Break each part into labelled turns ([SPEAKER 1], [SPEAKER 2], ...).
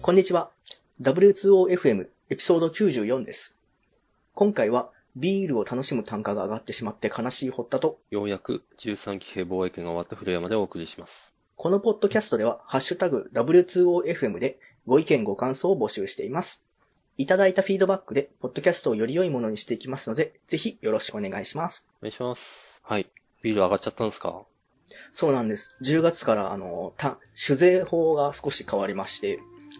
[SPEAKER 1] こんにちは。W2OFM エピソード94です。今回はビールを楽しむ単価が上がってしまって悲しい堀田と、
[SPEAKER 2] ようやく13期兵防衛権が終わった古山でお送りします。
[SPEAKER 1] このポッドキャストではハッシュタグ W2OFM でご意見ご感想を募集しています。いただいたフィードバックで、ポッドキャストをより良いものにしていきますので、ぜひよろしくお願いします。
[SPEAKER 2] お願いします。はい。ビール上がっちゃったんですか
[SPEAKER 1] そうなんです。10月から、あの、た酒税法が少し変わりまして、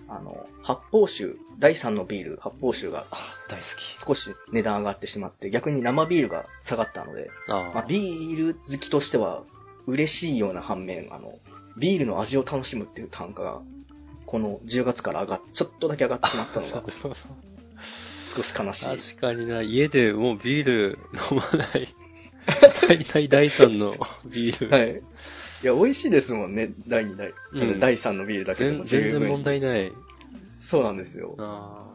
[SPEAKER 1] あの、発泡酒、第3のビール、発泡酒が
[SPEAKER 2] あ、大好き。
[SPEAKER 1] 少し値段上がってしまって、逆に生ビールが下がったので、
[SPEAKER 2] あー、
[SPEAKER 1] まあ、ビール好きとしては嬉しいような反面、あの、ビールの味を楽しむっていう単価が、この10月から上がっ、ちょっとだけ上がってしまったのが少し悲しい。
[SPEAKER 2] 確かにな、家でもうビール飲ま ない。大体第3のビール。
[SPEAKER 1] はい。いや、美味しいですもんね、第2代。
[SPEAKER 2] うん
[SPEAKER 1] 第3のビールだけで
[SPEAKER 2] 全
[SPEAKER 1] も十
[SPEAKER 2] 全
[SPEAKER 1] 分。
[SPEAKER 2] 然問題ない。
[SPEAKER 1] そうなんですよ。
[SPEAKER 2] あ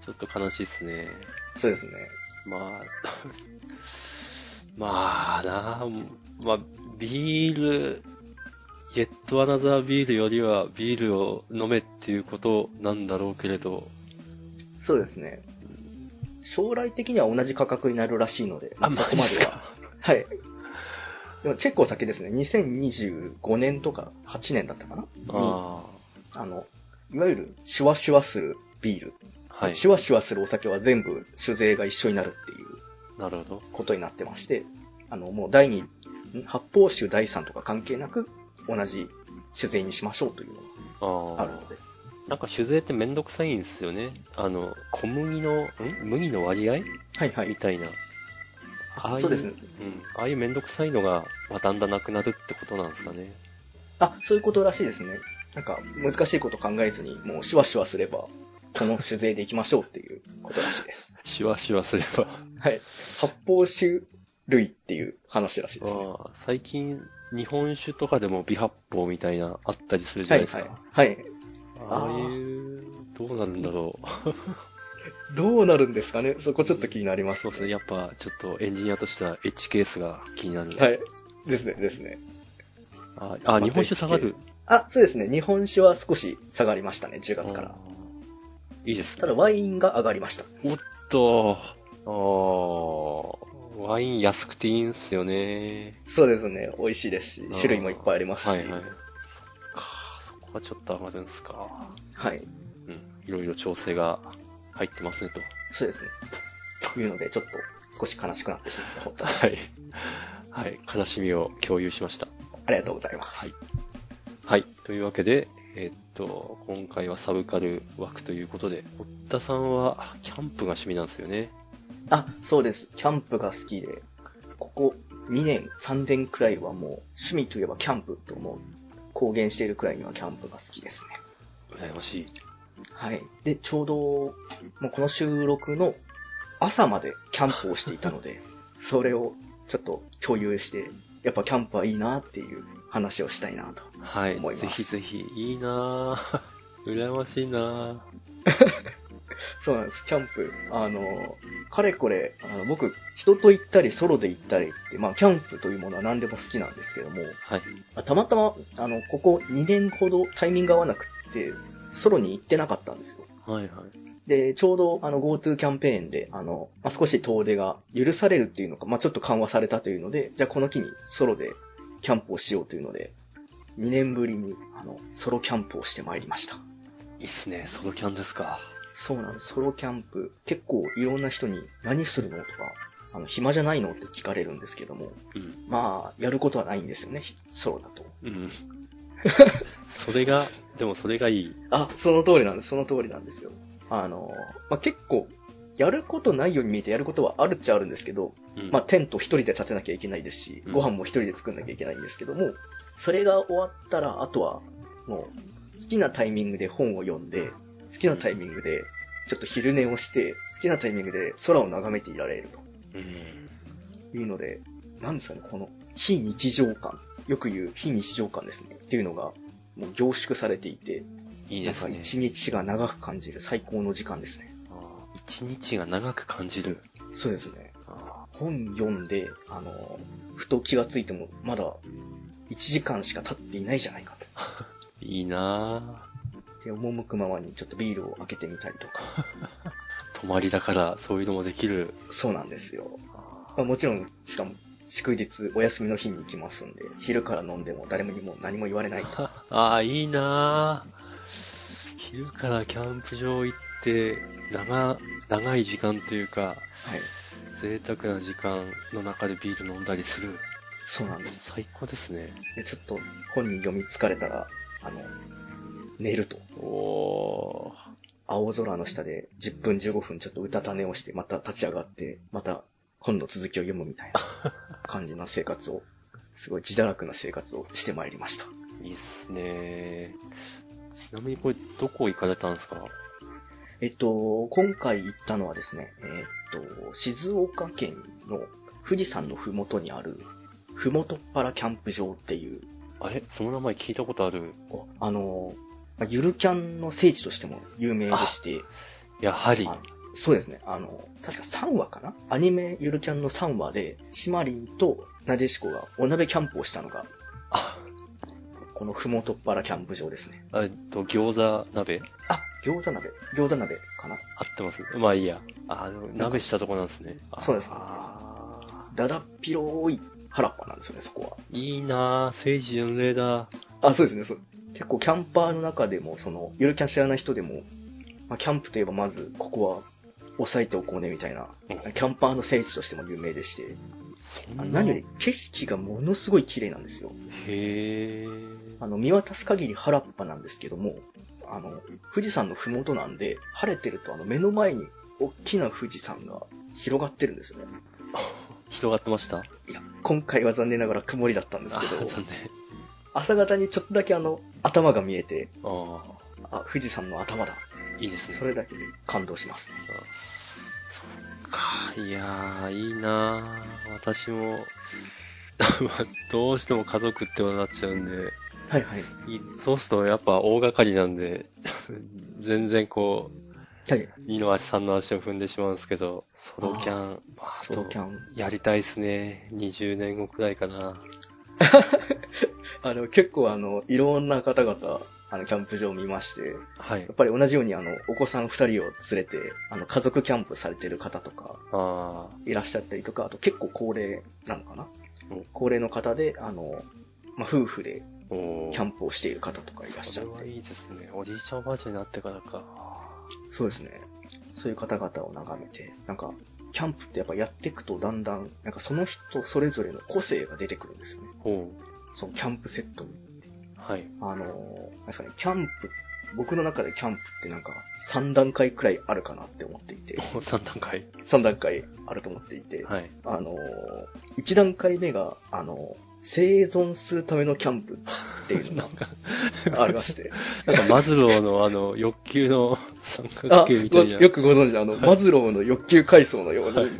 [SPEAKER 2] ーちょっと悲しいっすね。
[SPEAKER 1] そうですね。
[SPEAKER 2] まあ、まあなあ、まあ、ビール、ゲットアナザービールよりはビールを飲めっていうことなんだろうけれど、
[SPEAKER 1] そうですね。将来的には同じ価格になるらしいので、そ
[SPEAKER 2] あ、ま
[SPEAKER 1] こ
[SPEAKER 2] ジっ
[SPEAKER 1] まですは。
[SPEAKER 2] か。
[SPEAKER 1] はい。でも、チェックを先ですね、2025年とか8年だったかなに
[SPEAKER 2] あ
[SPEAKER 1] あの、いわゆるシュワシュワするビール、
[SPEAKER 2] あ、はい。
[SPEAKER 1] シュワシュワするお酒は全部酒税が一緒になるっていう
[SPEAKER 2] なるほど。
[SPEAKER 1] ことになってまして、あの、もう第2、発泡酒第3とか関係なく同じ酒税にしましょうというの
[SPEAKER 2] あ
[SPEAKER 1] が
[SPEAKER 2] あ
[SPEAKER 1] あるので。
[SPEAKER 2] なんか酒税ってめんどくさいんですよね。あの、小麦の、ん麦の割合
[SPEAKER 1] はいは
[SPEAKER 2] み
[SPEAKER 1] い。
[SPEAKER 2] たいな。ああい
[SPEAKER 1] そうですね
[SPEAKER 2] うん。ああいうめんどくさいのが、まあ、だんだんなくなるってことなんですかね。
[SPEAKER 1] あ、そういうことらしいですね。なんか、難しいこと考えずに、もうシュワシュワすれば、この酒税でいきましょうっていうことらしいです。
[SPEAKER 2] シュワシュワすれば。
[SPEAKER 1] はい。発泡酒類っていう話らしいですね。
[SPEAKER 2] ああ、最近、日本酒とかでも微発泡みたいな、あったりするじ
[SPEAKER 1] は
[SPEAKER 2] ゃない
[SPEAKER 1] い
[SPEAKER 2] です
[SPEAKER 1] は
[SPEAKER 2] か。
[SPEAKER 1] い。はい。
[SPEAKER 2] ああいう、どうなるんだろう。
[SPEAKER 1] どうなるんですかねそこちょっと気になります、
[SPEAKER 2] そうですね。やっぱ、ちょっとエンジニアとしては H ケースが気になる。
[SPEAKER 1] はい。ですね、ですね。
[SPEAKER 2] ああ、日本酒下がる。
[SPEAKER 1] あ、そうですね。日本酒は少し下がりましたね、10月か
[SPEAKER 2] あ
[SPEAKER 1] ら。
[SPEAKER 2] ー。いいですね。
[SPEAKER 1] ただ、ワインが上がりました。
[SPEAKER 2] おっと、あーワイン安くていいんすよね。
[SPEAKER 1] そうですね。美味しいですし、種類もいっぱいありますし。
[SPEAKER 2] はいはい。そっか、そこはちょっと上がるんすか。
[SPEAKER 1] はい
[SPEAKER 2] うん、いろいろ調整が入ってますねと。
[SPEAKER 1] そうですね。というので、ちょっと少し悲しくなってしまった堀田です。
[SPEAKER 2] はい。はい、悲しみを共有しました。
[SPEAKER 1] ありがとうございます。
[SPEAKER 2] はいはい、というわけで、えっと、今回はサブカル枠ということで、堀田さんはキャンプが趣味なんですよね。
[SPEAKER 1] あ、そうです。キャンプが好きで、ここ2年、3年くらいはもう、趣味といえばキャンプと思う。公言しているくらいにはキャンプが好きですね。
[SPEAKER 2] 羨ましい。
[SPEAKER 1] はい。で、ちょうど、もうこの収録の朝までキャンプをしていたので、 それをちょっと共有して、やっぱキャンプはいいなっていう話をしたいなと。
[SPEAKER 2] はい
[SPEAKER 1] 思い、ます
[SPEAKER 2] ぜひぜひ、いいなぁ。 羨ましいなぁ。
[SPEAKER 1] そうなんです、キャンプ。あの、かれこれ、あの僕、人と行ったり、ソロで行ったりって、まあ、キャンプというものは何でも好きなんですけども、
[SPEAKER 2] はい。
[SPEAKER 1] まあたまたま、あの、ここ2年ほどタイミング合わなくって、ソロに行ってなかったんですよ。
[SPEAKER 2] はいはい。
[SPEAKER 1] で、ちょうど、あの、GoTo キャンペーンで、あの、まあ、少し遠出が許されるっていうのか、まあ、ちょっと緩和されたというので、じゃあこの機にソロでキャンプをしようというので、2年ぶりに、あの、ソロキャンプをしてまいりました。
[SPEAKER 2] いいっすね、ソロキャンですか。
[SPEAKER 1] そうなんです。ソロキャンプ。結構いろんな人に何するのとか、あの、暇じゃないのって聞かれるんですけども、
[SPEAKER 2] うん。
[SPEAKER 1] まあ、やることはないんですよね、ひソロだと。
[SPEAKER 2] うん。 それが、でもそれがいい。
[SPEAKER 1] あ、その通りなんです。その通りなんですよ。あの、まあ結構、やることないように見えてやることはあるっちゃあるんですけど、
[SPEAKER 2] うん。
[SPEAKER 1] まあ、テント一人で立てなきゃいけないですし、
[SPEAKER 2] うん
[SPEAKER 1] ご飯も一人で作んなきゃいけないんですけども、それが終わったら、あとは、もう、好きなタイミングで本を読んで、好きなタイミングで、ちょっと昼寝をして、好きなタイミングで空を眺めていられる
[SPEAKER 2] うん。
[SPEAKER 1] というので、なんですかね、この、非日常感、よく言う非日常感ですね、っていうのが、もう凝縮されていて、
[SPEAKER 2] いい
[SPEAKER 1] な
[SPEAKER 2] で
[SPEAKER 1] ん
[SPEAKER 2] す
[SPEAKER 1] か
[SPEAKER 2] ね。
[SPEAKER 1] 一日が長く感じる最高の時間ですね。
[SPEAKER 2] あー一日が長く感じる。
[SPEAKER 1] そうですね。
[SPEAKER 2] あ
[SPEAKER 1] 本読んで、あの、ふと気がついても、まだ1時間しか経っていないじゃないかと。
[SPEAKER 2] ーいいな
[SPEAKER 1] で、赴くままにちょっとビールを開けてみたりとか。
[SPEAKER 2] 泊まりだから、そういうのもできる。
[SPEAKER 1] そうなんですよ。まあ、もちろん、しかも、祝日、お休みの日に行きますんで、昼から飲んでも誰もにも何も言われ ない。
[SPEAKER 2] ああ、いいなぁ。昼からキャンプ場行って、長、長い時間というか、
[SPEAKER 1] はい。
[SPEAKER 2] 贅沢な時間の中でビール飲んだりする。
[SPEAKER 1] そうなんです。
[SPEAKER 2] 最高ですね。
[SPEAKER 1] で、ちょっと本に読み疲れたら、あの、寝ると。
[SPEAKER 2] おー。
[SPEAKER 1] 青空の下で10分15分ちょっとうたた寝をして、また立ち上がって、また今度続きを読むみたいな感じの生活を、すごい自堕落な生活をしてまいりました。
[SPEAKER 2] いいっすね。ちなみにこれ、どこ行かれたんですか
[SPEAKER 1] えっと、今回行ったのはですね、えっと、静岡県の富士山のふもとにある、ふもとっぱらキャンプ場っていう、
[SPEAKER 2] あれその名前聞いたことある。
[SPEAKER 1] あの、まあゆるキャンの聖地としても有名でして、
[SPEAKER 2] やはり
[SPEAKER 1] あ。そうですね、あの、確か3話かなアニメゆるキャンの3話で、シマリンとなでしこがお鍋キャンプをしたのが、
[SPEAKER 2] あ、
[SPEAKER 1] このふもとっぱらキャンプ場ですね。
[SPEAKER 2] えっと、餃子鍋
[SPEAKER 1] あ、餃子鍋、餃子鍋かな
[SPEAKER 2] 合ってますまあいいや。あ、でも鍋したとこなんですね。あ
[SPEAKER 1] そうですね
[SPEAKER 2] あ
[SPEAKER 1] だだっ広い原っぱなんですよね、そこは。
[SPEAKER 2] ーいいなぁ。政治巡礼だ。
[SPEAKER 1] あ、そうですね。そう結構キャンパーの中でも、その、ゆるキャン知らない人でも、まあ、キャンプといえばまず、ここは押さえておこうね、みたいな、
[SPEAKER 2] う
[SPEAKER 1] キ
[SPEAKER 2] ん
[SPEAKER 1] ャンパーの聖地としても有名でして、
[SPEAKER 2] そ
[SPEAKER 1] あ
[SPEAKER 2] ん
[SPEAKER 1] の
[SPEAKER 2] な。
[SPEAKER 1] 何より景色がものすごい綺麗なんですよ。
[SPEAKER 2] へぇ
[SPEAKER 1] あの、見渡す限り原っぱなんですけども、あの、富士山のふもとなんで、晴れてると、あの、目の前に、大きな富士山が広がってるんですよね。
[SPEAKER 2] 広がってました
[SPEAKER 1] いや、今回は残念ながら曇りだったんです
[SPEAKER 2] あ
[SPEAKER 1] けど、
[SPEAKER 2] 残念。
[SPEAKER 1] 朝方にちょっとだけあの、頭が見えて、
[SPEAKER 2] あ
[SPEAKER 1] あ、富士山の頭だ。
[SPEAKER 2] あ、いいですね。
[SPEAKER 1] それだけで感動しますね。
[SPEAKER 2] か、いやー、いいなー。私も、 まあどうしても家族ってことになっちゃうんで、
[SPEAKER 1] はいはい。
[SPEAKER 2] いそうするとやっぱ大掛かりなんで、 全然こう、
[SPEAKER 1] はい。
[SPEAKER 2] 二の足三の足を踏んでしまうんですけど、ソロキャン、まあ、
[SPEAKER 1] ソロキャン。
[SPEAKER 2] やりたいっすね。20年後くらいかな。
[SPEAKER 1] あの、結構あの、いろんな方々、あの、キャンプ場を見まして、や
[SPEAKER 2] はい
[SPEAKER 1] っ。ぱり同じようにあの、お子さん二人を連れて、あの、家族キャンプされてる方とか、
[SPEAKER 2] あ
[SPEAKER 1] いらっしゃったりとか、あと結構高齢なのかな
[SPEAKER 2] うん
[SPEAKER 1] 高齢の方で、あの、まあ、夫婦で
[SPEAKER 2] あ、おー
[SPEAKER 1] キャンプをしている方とかいらっしゃっ
[SPEAKER 2] それは
[SPEAKER 1] て、
[SPEAKER 2] いいですね。おじいちゃんおばあちゃんになってからか。
[SPEAKER 1] そうですね。そういう方々を眺めて、なんか、キャンプってやっぱやっていくとだんだん、なんかその人それぞれの個性が出てくるんですよね。
[SPEAKER 2] おう
[SPEAKER 1] そのキャンプセットに
[SPEAKER 2] はい。
[SPEAKER 1] あのー、なんですかね、キャンプ、僕の中でキャンプってなんか3段階くらいあるかなって思っていて、
[SPEAKER 2] お3段階。
[SPEAKER 1] 3段階あると思っていて、
[SPEAKER 2] はい。
[SPEAKER 1] あのー、1段階目が、あのー、生存するためのキャンプっていう のがありまして、
[SPEAKER 2] なんかマズローのあの欲求の三角
[SPEAKER 1] あ
[SPEAKER 2] 形みたいな。
[SPEAKER 1] よくご存知、あの、マズローの欲求階層のように、
[SPEAKER 2] はい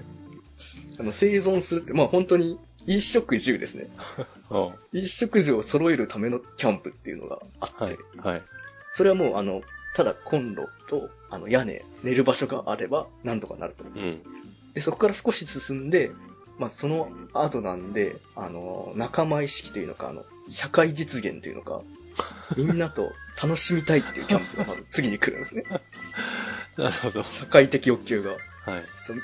[SPEAKER 1] あの生存するって、まあ本当に一食十ですね。
[SPEAKER 2] おう
[SPEAKER 1] 一食十を揃えるためのキャンプっていうのがあって、
[SPEAKER 2] はい。はい。
[SPEAKER 1] それはもうあの、ただコンロと、あの、屋根、寝る場所があれば、なんとかなると。
[SPEAKER 2] うん。
[SPEAKER 1] で、そこから少し進んで、まあ、その後なんで、あの、仲間意識というのか、あの、社会実現というのか、みんなと楽しみたいっていうキャンプがまず次に来るんですね。
[SPEAKER 2] なるほど。
[SPEAKER 1] 社会的欲求が。
[SPEAKER 2] はい。
[SPEAKER 1] そう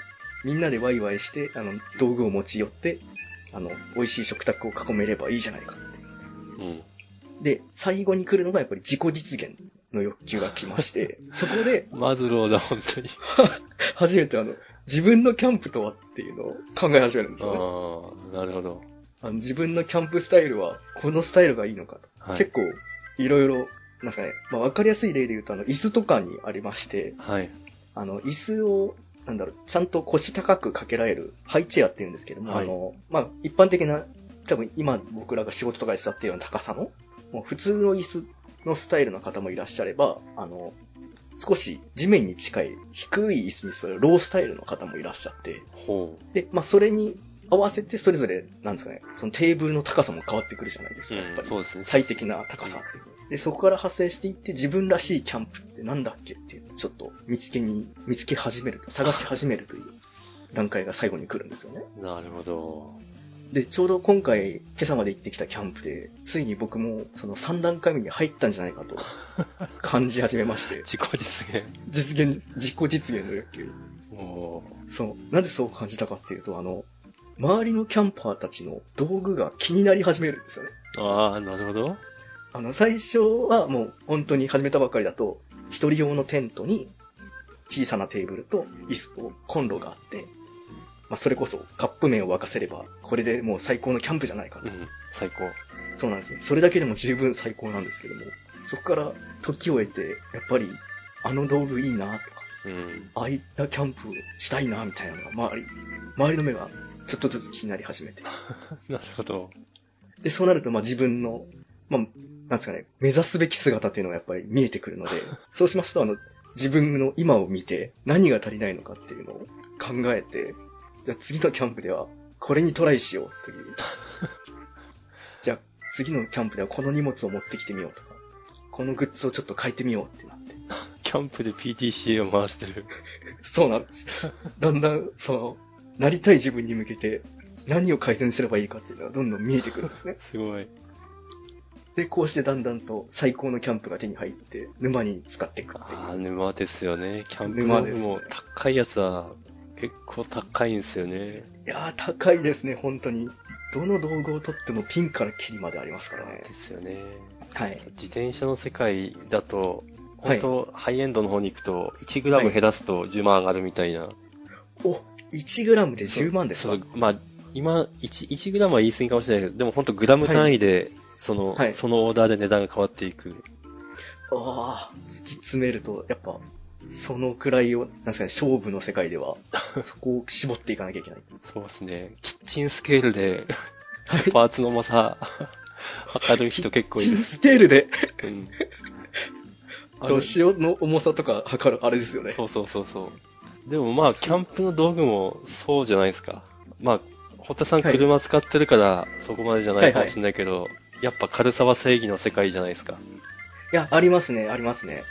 [SPEAKER 1] みんなでワイワイして、あの、道具を持ち寄って、あの、美味しい食卓を囲めればいいじゃないかって。
[SPEAKER 2] うん。
[SPEAKER 1] で、最後に来るのがやっぱり自己実現の欲求が来まして、そこで、
[SPEAKER 2] マズローだ、本当に。
[SPEAKER 1] 初めてあの、自分のキャンプとはっていうのを考え始めるんですよね。
[SPEAKER 2] ああ、なるほど。
[SPEAKER 1] あの自分のキャンプスタイルは、このスタイルがいいのかと。
[SPEAKER 2] はい
[SPEAKER 1] 結構、いろいろ、なんかね、まあ、わかりやすい例で言うと、あの、椅子とかにありまして、
[SPEAKER 2] はい。
[SPEAKER 1] あの、椅子を、なんだろう、ちゃんと腰高くかけられる、ハイチェアって言うんですけども、
[SPEAKER 2] はい
[SPEAKER 1] あの、まあ、一般的な、多分今僕らが仕事とかで座ってるような高さの、もう普通の椅子のスタイルの方もいらっしゃれば、あの、少し地面に近い低い椅子に座るロースタイルの方もいらっしゃって、
[SPEAKER 2] ほ
[SPEAKER 1] で、まあ、それに合わせて、それぞれ、なんですかね、そのテーブルの高さも変わってくるじゃないです
[SPEAKER 2] う。う
[SPEAKER 1] か、やっぱ
[SPEAKER 2] ん、
[SPEAKER 1] り。
[SPEAKER 2] そうですね。
[SPEAKER 1] 最適な高さっていうので、そこから派生していって、自分らしいキャンプってなんだっけっていう、ちょっと見つけに、見つけ始める、探し始めるという段階が最後に来るんですよね。
[SPEAKER 2] なるほど。
[SPEAKER 1] で、ちょうど今回、今朝まで行ってきたキャンプで、ついに僕も、その3段階目に入ったんじゃないか と、感じ始めまして、
[SPEAKER 2] 自己実現。
[SPEAKER 1] 実現、自己実現の欲求。
[SPEAKER 2] おー
[SPEAKER 1] そう、なぜそう感じたかっていうと、あの、周りのキャンパーたちの道具が気になり始めるんですよね。
[SPEAKER 2] ああ、なるほど。
[SPEAKER 1] あの、最初はもう本当に始めたばっかりだと、一人用のテントに小さなテーブルと椅子とコンロがあって、まあ、それこそカップ麺を沸かせれば、これでもう最高のキャンプじゃないか
[SPEAKER 2] う
[SPEAKER 1] な。
[SPEAKER 2] ん、最高。
[SPEAKER 1] そうなんですね。それだけでも十分最高なんですけども、そこから時を得て、やっぱりあの道具いいなとか、
[SPEAKER 2] うん。
[SPEAKER 1] ああいったキャンプしたいなみたいなのが周り、周りの目がちょっとずつ気になり始めて。
[SPEAKER 2] なるほど。
[SPEAKER 1] で、そうなると、まあ自分の、まあ、なんですかね、目指すべき姿っていうのがやっぱり見えてくるので、そうしますと、あの、自分の今を見て何が足りないのかっていうのを考えて、じゃあ次のキャンプではこれにトライしようという。じゃあ次のキャンプではこの荷物を持ってきてみようとか、このグッズをちょっと変えてみようってなって。
[SPEAKER 2] キャンプで PTCA を回してる。
[SPEAKER 1] そうなんです。だんだん、その、なりたい自分に向けて何を改善すればいいかっていうのがどんどん見えてくるんですね。
[SPEAKER 2] すごい。
[SPEAKER 1] で、こうしてだんだんと最高のキャンプが手に入って、沼に使っていくっていう。
[SPEAKER 2] ああ、沼ですよね。キャンプ
[SPEAKER 1] 沼
[SPEAKER 2] 道
[SPEAKER 1] で
[SPEAKER 2] 具
[SPEAKER 1] すね
[SPEAKER 2] も高いやつは結構高いんですよね。
[SPEAKER 1] いやー、高いですね、本当に。どの道具を取ってもピンからキリまでありますからね
[SPEAKER 2] で。すよね。
[SPEAKER 1] はい。
[SPEAKER 2] 自転車の世界だと、
[SPEAKER 1] は
[SPEAKER 2] 本
[SPEAKER 1] い
[SPEAKER 2] 当、ハイエンドの方に行くと、1グラム減らすと10万上がるみたいな。
[SPEAKER 1] お、1g で10万です
[SPEAKER 2] そ
[SPEAKER 1] か
[SPEAKER 2] う、まあ、今、1、1グラムは言い過ぎかもしれないけど、でも本当グラム単位で、その、
[SPEAKER 1] はい
[SPEAKER 2] そのオーダーで値段が変わっていく。
[SPEAKER 1] ああ、突き詰めると、やっぱ、そのくらいを、なんですかね、勝負の世界で は、そこを絞っていかなきゃいけない。
[SPEAKER 2] そうですね。キッチンスケールで、
[SPEAKER 1] はい。
[SPEAKER 2] パーツの重さ、測る人結構い
[SPEAKER 1] チン
[SPEAKER 2] る。
[SPEAKER 1] ステールで、
[SPEAKER 2] うん。
[SPEAKER 1] あの、塩の重さとか測る、あれですよね。
[SPEAKER 2] そうそうそうそう。でもまあ、キャンプの道具もそうじゃないですか。まあ、堀田さん
[SPEAKER 1] はい
[SPEAKER 2] 車使ってるから、そこまでじゃないかもしれないけど、やっぱ軽さは正義の世界じゃないですか。
[SPEAKER 1] いや、ありますね、ありますね。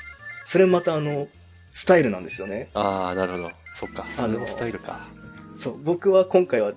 [SPEAKER 1] それまた、あの、スタイルなんですよね。
[SPEAKER 2] ああ、なるほど。そっか。それ
[SPEAKER 1] あ
[SPEAKER 2] も
[SPEAKER 1] の
[SPEAKER 2] スタイルか。
[SPEAKER 1] そう、僕は今回は、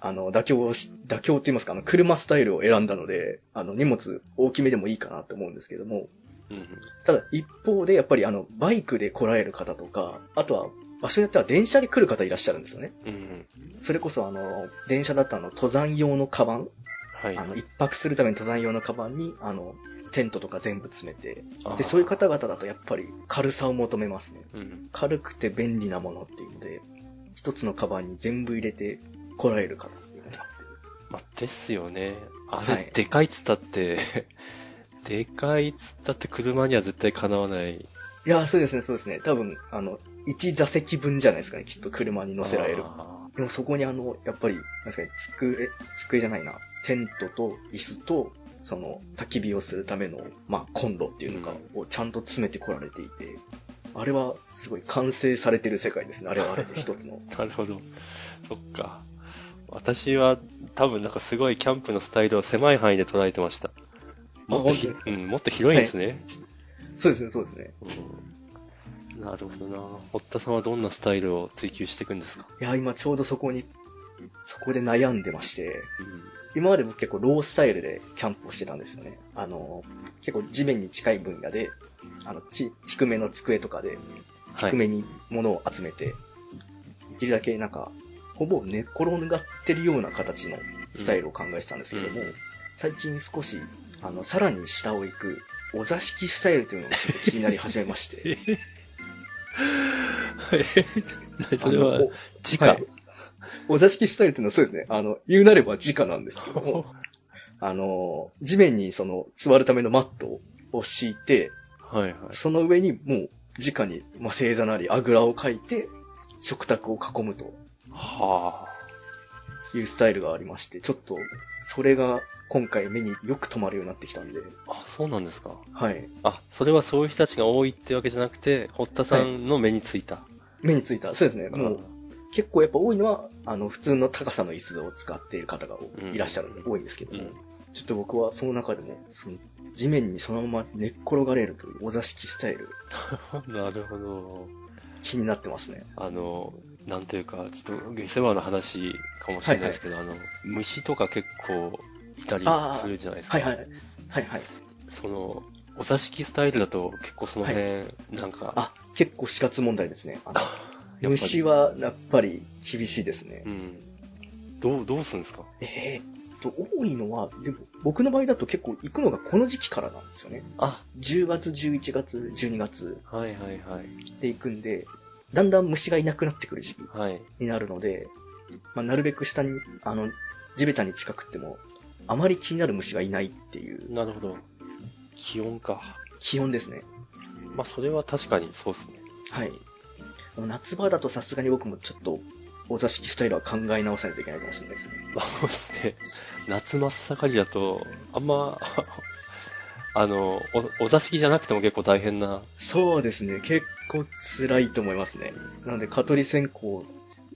[SPEAKER 1] あの、妥協をし、妥協と言いますか、あの、車スタイルを選んだので、あの、荷物大きめでもいいかなと思うんですけども、
[SPEAKER 2] うん。
[SPEAKER 1] ただ一方で、やっぱりあの、バイクで来られる方とか、あとは、場所によっては電車で来る方いらっしゃるんですよね。
[SPEAKER 2] うん。
[SPEAKER 1] それこそあの、電車だったの、登山用のカバン、
[SPEAKER 2] はい。
[SPEAKER 1] あの、一泊するための登山用のカバンに、あの、テントとか全部詰めて、
[SPEAKER 2] あー
[SPEAKER 1] で、そういう方々だとやっぱり軽さを求めますね。
[SPEAKER 2] うん。
[SPEAKER 1] 軽くて便利なものっていうので、一つのカバンに全部入れてこられる方っていうのが
[SPEAKER 2] まあ、ですよね。あ
[SPEAKER 1] は
[SPEAKER 2] れ
[SPEAKER 1] い、
[SPEAKER 2] でかいっつったって、 でかいっつったって車には絶対かなわない。
[SPEAKER 1] いや、そうですね、そうですね。多分、あの、1座席分じゃないですかね、きっと車に乗せられる。
[SPEAKER 2] あ
[SPEAKER 1] でもそこにあの、やっぱり、確かに机、机じゃないな、テントと椅子と、その、焚き火をするための、まあ、コンロっていうのか、をちゃんと詰めてこられていて、あれは、すごい完成されてる世界ですね。あれはあれで一つ の。
[SPEAKER 2] ーなるほど。そっか。私は多分なんかすごいキャンプのスタイルを狭い範囲で捉えてました。もっとひ
[SPEAKER 1] 本当ですか
[SPEAKER 2] うん、もっと広いんですね。
[SPEAKER 1] そうですね、そうですね。
[SPEAKER 2] うんなるほどな。堀田さんはどんなスタイルを追求していくんですか、
[SPEAKER 1] いや、今ちょうどそこに、そこで悩んでまして、
[SPEAKER 2] うん、
[SPEAKER 1] 今まで僕結構ロースタイルでキャンプをしてたんですよね。あの、結構地面に近い分野で、あの、ち低めの机とかで、
[SPEAKER 2] は
[SPEAKER 1] 低
[SPEAKER 2] い。
[SPEAKER 1] めに物を集めて、できるだけなんか、ほぼ寝っ転がってるような形のスタイルを考えてたんですけども、
[SPEAKER 2] うん
[SPEAKER 1] 最近少し、あの、さらに下を行く、お座敷スタイルというのがちょっと気になり始めまして。
[SPEAKER 2] それは
[SPEAKER 1] あの、
[SPEAKER 2] 時
[SPEAKER 1] は
[SPEAKER 2] 間
[SPEAKER 1] い。お座敷スタイルっていうのはそうですね。あの、言うなれば直なんですけども、あの、地面にその座るためのマットを敷いて、
[SPEAKER 2] はいはい。
[SPEAKER 1] その上にもう直に、まあ、正座なりあぐらをかいて、食卓を囲むと
[SPEAKER 2] はあ。
[SPEAKER 1] いうスタイルがありまして、ちょっと、それが今回目によく止まるようになってきたんで、
[SPEAKER 2] あ、そうなんですか。
[SPEAKER 1] はい。
[SPEAKER 2] あ、それはそういう人たちが多いってわけじゃなくて、堀田さんの目についた。
[SPEAKER 1] 目についた。そうですね。
[SPEAKER 2] あ
[SPEAKER 1] もう結構やっぱ多いのは、あの、普通の高さの椅子を使っている方が多
[SPEAKER 2] うん
[SPEAKER 1] いらっしゃる、多いんですけども、
[SPEAKER 2] うん
[SPEAKER 1] ちちょっと僕はその中でも、その地面にそのまま寝っ転がれるというお座敷スタイル、
[SPEAKER 2] なるほど。
[SPEAKER 1] 気になってますね。
[SPEAKER 2] あの、なんていうか、ちょっと下世話の話かもしれないですけど、あの、虫とか結構いたり
[SPEAKER 1] あー
[SPEAKER 2] するじゃないですか。
[SPEAKER 1] はいはい。はいはい。
[SPEAKER 2] その、お座敷スタイルだと結構その辺、なんか、
[SPEAKER 1] あ、結構死活問題ですね。あの
[SPEAKER 2] やっぱり
[SPEAKER 1] 虫はやっぱり厳しいですね
[SPEAKER 2] う。ん。どう、どうするんですか
[SPEAKER 1] えーっと、多いのは、でも僕の場合だと結構行くのがこの時期からなんですよね。
[SPEAKER 2] あ、
[SPEAKER 1] 10月、11月、12月
[SPEAKER 2] はいはいはい。
[SPEAKER 1] で行くんで、だんだん虫がいなくなってくる時期
[SPEAKER 2] はい。
[SPEAKER 1] になるので、まあ、なるべく下に、あの、地べたに近くっても、あまり気になる虫がいないっていう
[SPEAKER 2] なるほど。気温か。
[SPEAKER 1] 気温ですね。
[SPEAKER 2] まあ、それは確かにそうですね。
[SPEAKER 1] はい。でも夏場だとさすがに僕もちょっと、お座敷スタイルは考え直さないといけないかもしれないですね。
[SPEAKER 2] まあ、そうですね。夏真っ盛りだと、あんま、 あのお、お座敷じゃなくても結構大変な、
[SPEAKER 1] そうですね。結構辛いと思いますね。なので、蚊取り線香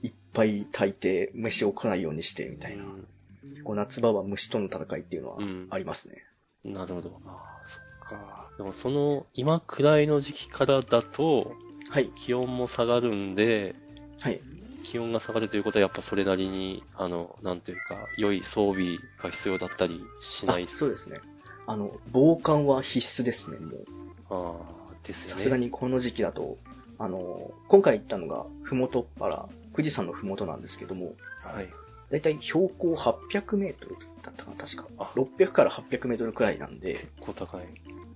[SPEAKER 1] いっぱい炊いて、飯を来ないようにして、みたいな。こう夏場は虫との戦いっていうのは
[SPEAKER 2] うん
[SPEAKER 1] ありますね。
[SPEAKER 2] なるほど。ああ、そっか。でもその、今くらいの時期からだと、
[SPEAKER 1] はい。
[SPEAKER 2] 気温も下がるんで、
[SPEAKER 1] はい。
[SPEAKER 2] 気温が下がるということはやっぱそれなりに、あの、なんていうか、良い装備が必要だったりしない
[SPEAKER 1] あ
[SPEAKER 2] です
[SPEAKER 1] そうですね。あの、防寒は必須ですね、もう。
[SPEAKER 2] ああ、ですよ
[SPEAKER 1] さ
[SPEAKER 2] ね。
[SPEAKER 1] すがにこの時期だと、あの、今回行ったのが、ふもとっぱら、富士山のふもとなんですけども、
[SPEAKER 2] はい。
[SPEAKER 1] だいたい標高800メートルだったかな、確か。
[SPEAKER 2] あ
[SPEAKER 1] 600から800メートルくらいなんで、
[SPEAKER 2] 結構高い。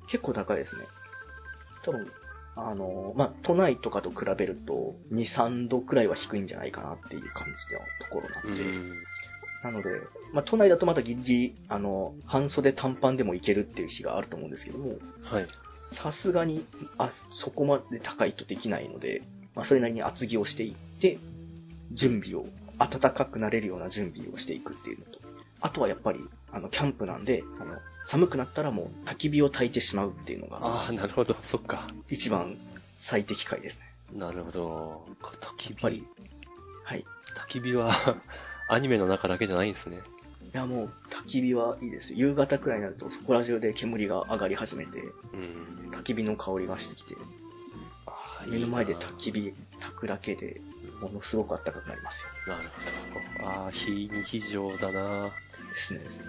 [SPEAKER 1] 結構高いですね。多分、あの、まあ、都内とかと比べると、2、3度くらいは低いんじゃないかなっていう感じのところな
[SPEAKER 2] うん
[SPEAKER 1] で、
[SPEAKER 2] ん。
[SPEAKER 1] なので、まあ、都内だとまたギリギリ、あの、半袖短パンでもいけるっていう日があると思うんですけども、
[SPEAKER 2] はい。
[SPEAKER 1] さすがに、あ、そこまで高いとできないので、まあ、それなりに厚着をしていって、準備を、暖かくなれるような準備をしていくっていうのと、あとはやっぱり、あの、キャンプなんで、あの、寒くなったらもう焚き火を焚いてしまうっていうのが、
[SPEAKER 2] ああ、なるほど。そっか。
[SPEAKER 1] 一番最適解ですね。
[SPEAKER 2] なるほど。焚き火。
[SPEAKER 1] やっぱり、はい。い
[SPEAKER 2] 焚き火は、 アニメの中だけじゃないんですね。
[SPEAKER 1] や、もう、焚き火はいいですよ。夕方くらいになると、そこら中で煙が上がり始めて、
[SPEAKER 2] うん。
[SPEAKER 1] 焚き火の香りがしてきて、
[SPEAKER 2] ああ
[SPEAKER 1] 目の前で焚き
[SPEAKER 2] 火。
[SPEAKER 1] 火焚くだけで、ものすごく暖かくなりますよ。
[SPEAKER 2] なるほど。ああ、非日常だな。
[SPEAKER 1] ですねですね。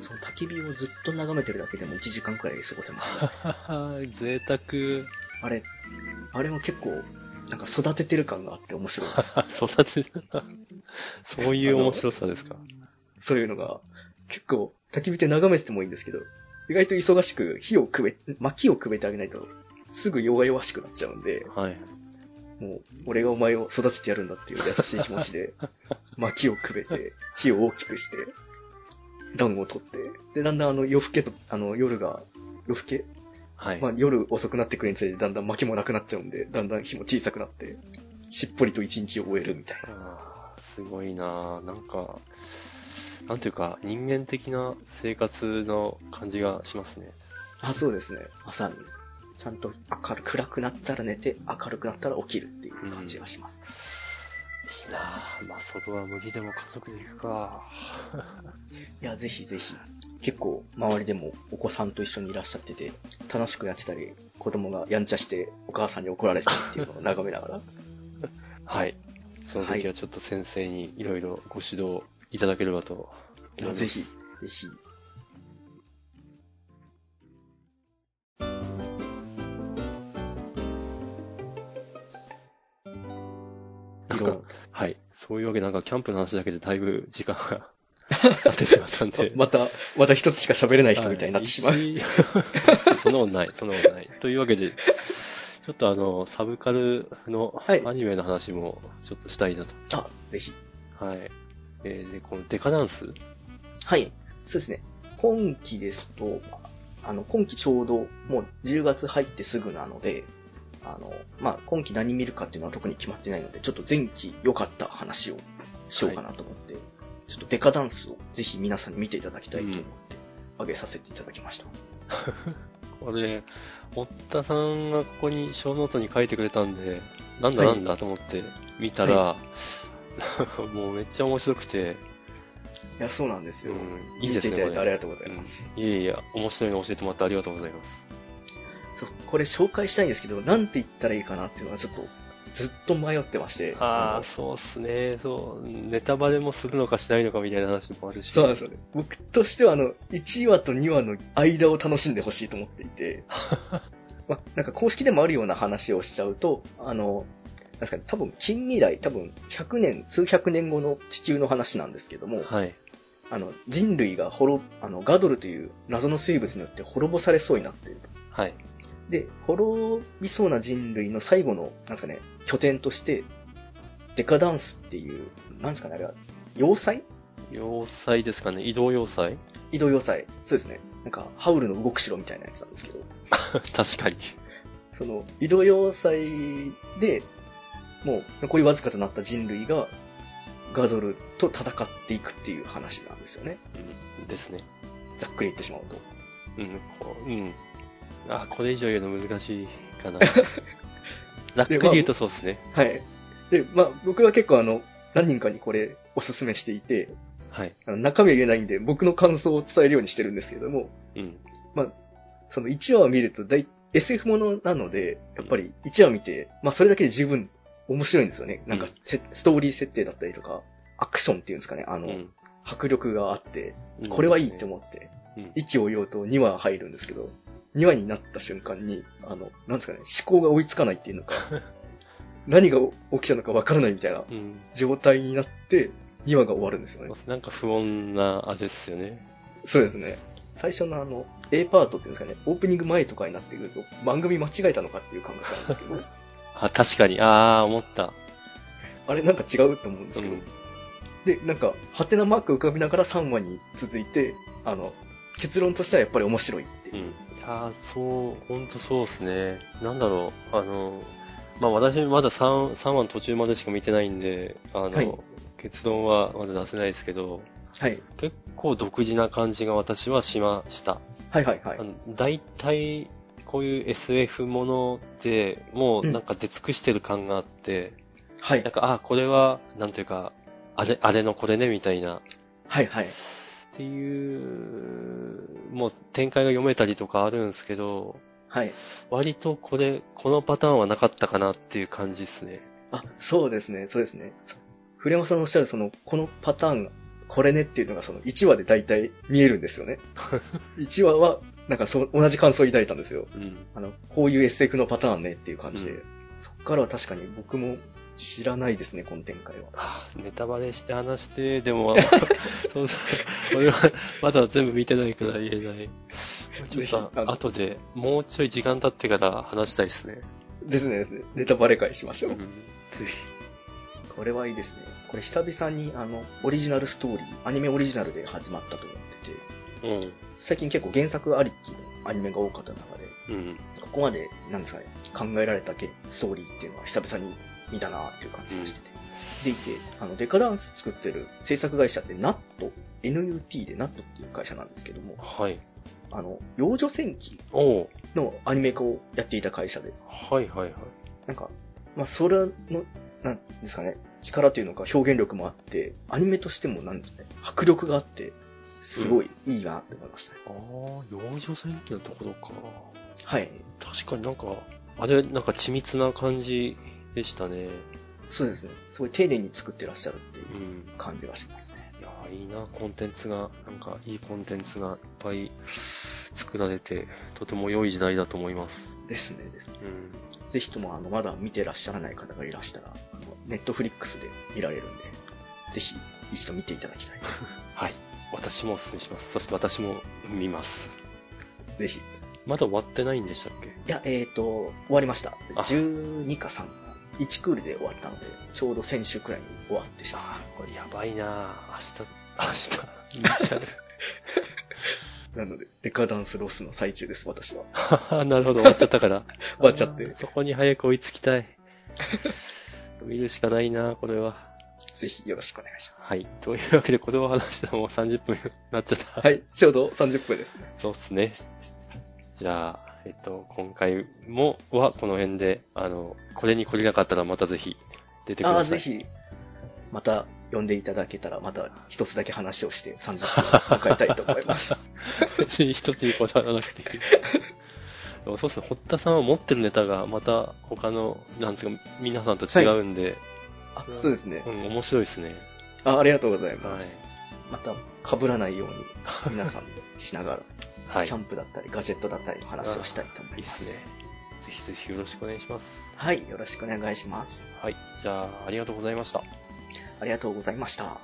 [SPEAKER 1] その焚き火をずっと眺めてるだけでも1時間くらい過ごせます。
[SPEAKER 2] 贅沢。
[SPEAKER 1] あれ、あれも結構、なんか育ててる感があって面白いです。
[SPEAKER 2] 育てる。そういう面白さ ですか。
[SPEAKER 1] そういうのが、結構、焚き火って眺めててもいいんですけど、意外と忙しく火をくべ、薪をくべてあげないと、すぐ弱々しくなっちゃうんで、
[SPEAKER 2] はい。
[SPEAKER 1] もう、俺がお前を育ててやるんだっていう優しい気持ちで、薪をくべて、火を大きくして、暖を取って、で、だんだんあの夜更けと、あの夜が、夜更け
[SPEAKER 2] はい。
[SPEAKER 1] まあ、夜遅くなってくるにつれてだんだん薪もなくなっちゃうんで、だんだん火も小さくなって、しっぽりと一日を終えるみたいな。
[SPEAKER 2] あーすごいな。なんか、なんていうか、人間的な生活の感じがしますね。
[SPEAKER 1] あ、そうですね。朝に。ちゃんと明る暗くなったら寝て、明るくなったら起きるっていう感じがします。
[SPEAKER 2] いいなあまあ、外は無理でも家族で行くか。
[SPEAKER 1] いや、ぜひぜひ。結構、周りでもお子さんと一緒にいらっしゃってて、楽しくやってたり、子供がやんちゃして、お母さんに怒られてるっていうのを眺めな がら。
[SPEAKER 2] はい。その時はちょっと先生にいろいろご指導いただければと思い
[SPEAKER 1] い
[SPEAKER 2] ま
[SPEAKER 1] や
[SPEAKER 2] す。
[SPEAKER 1] ぜひ、ぜひ。
[SPEAKER 2] なん
[SPEAKER 1] い
[SPEAKER 2] か
[SPEAKER 1] ろ
[SPEAKER 2] はい。そういうわけでなんかキャンプの話だけでだいぶ時間 が経ってしまったんで。
[SPEAKER 1] また、また一つしか喋れない人みたいになってしまう。
[SPEAKER 2] はい。一 そんなことない、そんなことない。というわけで、ちょっとあの、サブカルの
[SPEAKER 1] はい
[SPEAKER 2] アニメの話もちょっとしたいなと。
[SPEAKER 1] あ、ぜひ。
[SPEAKER 2] はい。えーで、このデカダンス
[SPEAKER 1] はい。そうですね。今期ですと、あの、今期ちょうど、もう10月入ってすぐなので、あの、まあ、今期何見るかっていうのは特に決まってないので、ちょっと前期良かった話をしようかなと思って、ちょっとデカダンスをぜひ皆さんに見ていただきたいと思って、上げさせていただきました。
[SPEAKER 2] これ、堀田さんがここに小ノートに書いてくれたんで、なんだ
[SPEAKER 1] は
[SPEAKER 2] ない んだと思って見たら、もうめっちゃ面白くて、
[SPEAKER 1] いや、そうなんですよ。
[SPEAKER 2] うんいいです
[SPEAKER 1] 見
[SPEAKER 2] ね
[SPEAKER 1] ていただい
[SPEAKER 2] こ
[SPEAKER 1] てあ
[SPEAKER 2] れ
[SPEAKER 1] りがとうございます。
[SPEAKER 2] いやいや、面白いの教えてもらってありがとうございます。
[SPEAKER 1] そう、これ紹介したいんですけど、なんて言ったらいいかなっていうのはちょっと、ずっと迷ってまして。
[SPEAKER 2] あ
[SPEAKER 1] の
[SPEAKER 2] あ、そうっすね。そう。ネタバレもするのかしないのかみたいな話もあるし。
[SPEAKER 1] そうなんですよね。僕としては、あの、1話と2話の間を楽しんでほしいと思ってい て、ま、なんか公式でもあるような話をしちゃうと、あの、なんですかね、多分近未来、多分100年、数百年後の地球の話なんですけども、
[SPEAKER 2] はい。
[SPEAKER 1] あの、人類が滅、あの、ガドルという謎の生物によって滅ぼされそうになっていると。
[SPEAKER 2] はい。
[SPEAKER 1] で、滅びそうな人類の最後の、なんですかね、拠点として、デカダンスっていう、なんですかね、あれは、要塞
[SPEAKER 2] 要塞ですかね。移動要塞
[SPEAKER 1] 移動要塞。そうですね。なんか、ハウルの動く城みたいなやつなんですけど、
[SPEAKER 2] 確かに。
[SPEAKER 1] その、移動要塞で、もう残りわずかとなった人類が、ガドルと戦っていくっていう話なんですよね。
[SPEAKER 2] うんですね。
[SPEAKER 1] ざっくり言ってしまうと。
[SPEAKER 2] うん。こううん。あーこれ以上言うの難しいか な。ざっくり言うとそうっすね。
[SPEAKER 1] はい。で、まあ、僕は結構あの、何人かにこれ、おすすめしていて、
[SPEAKER 2] はい。
[SPEAKER 1] あの中身は言えないんで、僕の感想を伝えるようにしてるんですけれども、
[SPEAKER 2] うん。
[SPEAKER 1] その1話を見ると大、SF ものなので、やっぱり1話見て、まあそれだけで十分面白いんですよね。なんか
[SPEAKER 2] うん
[SPEAKER 1] せ、ストーリー設定だったりとか、アクションっていうんですかね、あ
[SPEAKER 2] う
[SPEAKER 1] の、
[SPEAKER 2] ん。
[SPEAKER 1] 迫力があって、これはいいって思って、
[SPEAKER 2] うん。うん
[SPEAKER 1] 意気を揚々と2話入るんですけど、2話になった瞬間に、あの、なんですかね、思考が追いつかないっていうの か、何が起きたのかわからないみたいな
[SPEAKER 2] うん。
[SPEAKER 1] 状態になって、2話が終わるんですよね。
[SPEAKER 2] なんか不穏な、あれですよね。
[SPEAKER 1] そうですね。最初のあの、A パートっていうんですかね、オープニング前とかになってくると、番組間違えたのかっていう感覚なんですけ ど、
[SPEAKER 2] あ、確かに。ああ、思った。
[SPEAKER 1] あれなんか違うと思うんで
[SPEAKER 2] う
[SPEAKER 1] すけど、
[SPEAKER 2] ん。
[SPEAKER 1] で、なんか、ハテナマーク浮かびながら3話に続いて、あの、結論としてはやっぱり面白いっていうう。
[SPEAKER 2] ん。いやーそう、ほんとそうですね。なんだろう、あの、まあ私まだ 3, 3話の途中までしか見てないんで、あの、
[SPEAKER 1] はい
[SPEAKER 2] 結論はまだ出せないですけど、
[SPEAKER 1] はい。
[SPEAKER 2] 結構独自な感じが私はしました。
[SPEAKER 1] はいはいはい
[SPEAKER 2] あ。の大体、こういう SF ものって、もうなんか出尽くしてる感があって、
[SPEAKER 1] はい
[SPEAKER 2] なん。か、あ、これは、なんていうか、あれ、あれのこれね、みたいな。
[SPEAKER 1] はいはい。
[SPEAKER 2] っていう、もう展開が読めたりとかあるんですけど、
[SPEAKER 1] はい。
[SPEAKER 2] 割とこれ、このパターンはなかったかなっていう感じですね。
[SPEAKER 1] あ、そうですね、そうですね。そうフレマさんのおっしゃる、その、このパターン、これねっていうのが、その、1話で大体見えるんですよ ね。1話は、なんかそう、同じ感想を抱いたんですよ。
[SPEAKER 2] うん。
[SPEAKER 1] あの、こういう SF のパターンねっていう感じで、
[SPEAKER 2] うん
[SPEAKER 1] そっからは確かに僕も知らないですね、この展開は。
[SPEAKER 2] はあネタバレして話して、で も、そうそう。俺は、まだ全部見てないから言えない。ち
[SPEAKER 1] ぜひ
[SPEAKER 2] ょっ
[SPEAKER 1] あの
[SPEAKER 2] と、後で、もうちょい時間経ってから話したいですね。
[SPEAKER 1] ですね、ですねネタバレ会しましょ
[SPEAKER 2] う
[SPEAKER 1] う。
[SPEAKER 2] ん。ぜひ。
[SPEAKER 1] これはいいですね。これ久々に、あの、オリジナルストーリー、アニメオリジナルで始まったと思ってて、
[SPEAKER 2] うん。
[SPEAKER 1] 最近結構原作ありきのアニメが多かった中で、
[SPEAKER 2] うん。
[SPEAKER 1] ここまで、なんですかね、考えられたけストーリーっていうのは久々に見たなっていう感じがしてて。でいて、あの、デカダンス作ってる制作会社って NUT、NUT で NUT っていう会社なんですけども、
[SPEAKER 2] はい。
[SPEAKER 1] あの、幼女戦記
[SPEAKER 2] おう。
[SPEAKER 1] のアニメ化をやっていた会社で、
[SPEAKER 2] はいはいはい。
[SPEAKER 1] なんか、まあ、それの、なんですかね、力というのか表現力もあって、アニメとしてもなんですね、迫力があって、すごいいいなって思いましたね。
[SPEAKER 2] ああ、幼女戦記のところか。
[SPEAKER 1] はい。
[SPEAKER 2] 確かになんか、あれ、なんか緻密な感じでしたね。
[SPEAKER 1] そうですね。すごい丁寧に作ってらっしゃるっていう
[SPEAKER 2] うん。
[SPEAKER 1] 感じがしますね。
[SPEAKER 2] いやー、いいな、コンテンツが、なんか、いいコンテンツがいっぱい作られて、とても良い時代だと思います。
[SPEAKER 1] ですね、ですね。
[SPEAKER 2] うん。
[SPEAKER 1] ぜひとも、あの、まだ見てらっしゃらない方がいらしたら、あの、ネットフリックスで見られるんで、ぜひ一度見ていただきたい。
[SPEAKER 2] はい。私もお勧めします。そして私も見ます。
[SPEAKER 1] ぜひ。い
[SPEAKER 2] まだ終わってないんでしたっけ
[SPEAKER 1] や、えーと、終わりました。
[SPEAKER 2] あ
[SPEAKER 1] 12か3。1クールで終わったので、ちょうど先週くらいに終わってしまう。
[SPEAKER 2] ああ、これやばいなー明日、明日、 見ちゃう
[SPEAKER 1] なので、デカダンスロスの最中です、私は。
[SPEAKER 2] はは。なるほど、終わっちゃった から。
[SPEAKER 1] 終わっちゃって
[SPEAKER 2] あー、そこに早く追いつきたい。見るしかないなーこれは。
[SPEAKER 1] ぜひよろしくお願いしま
[SPEAKER 2] はい。というわけで、これを話したらもう30分になっちゃった。
[SPEAKER 1] す。はい、ちょうど30分ですね。
[SPEAKER 2] そうっすね。じゃあ、えっと、今回も、は、この辺で、あの、これに懲りなかったらまたぜひ、出てく
[SPEAKER 1] ああ、
[SPEAKER 2] ださい。
[SPEAKER 1] ぜひ、また呼んでいただけたら、また一つだけ話をして30分を迎えたいと思い ます。
[SPEAKER 2] 別に一つにこだわらなくていい。でもそうですね、堀田さんは持ってるネタがまた他の、なんですか、皆さんと違うんで、
[SPEAKER 1] あ、そうですね。
[SPEAKER 2] うん、面白いですね。
[SPEAKER 1] あありがとうござい
[SPEAKER 2] は
[SPEAKER 1] ます。
[SPEAKER 2] い。
[SPEAKER 1] また、被らないように、皆さんでしながら、
[SPEAKER 2] はい。
[SPEAKER 1] キャンプだったり、ガジェットだったりの話をしたいと思い
[SPEAKER 2] いい
[SPEAKER 1] ま
[SPEAKER 2] っ
[SPEAKER 1] す。
[SPEAKER 2] すね。ぜひぜひよろしくお願いします。
[SPEAKER 1] はい、よろしくお願いします。
[SPEAKER 2] はい。じゃあ、ありがとうございました。
[SPEAKER 1] ありがとうございました。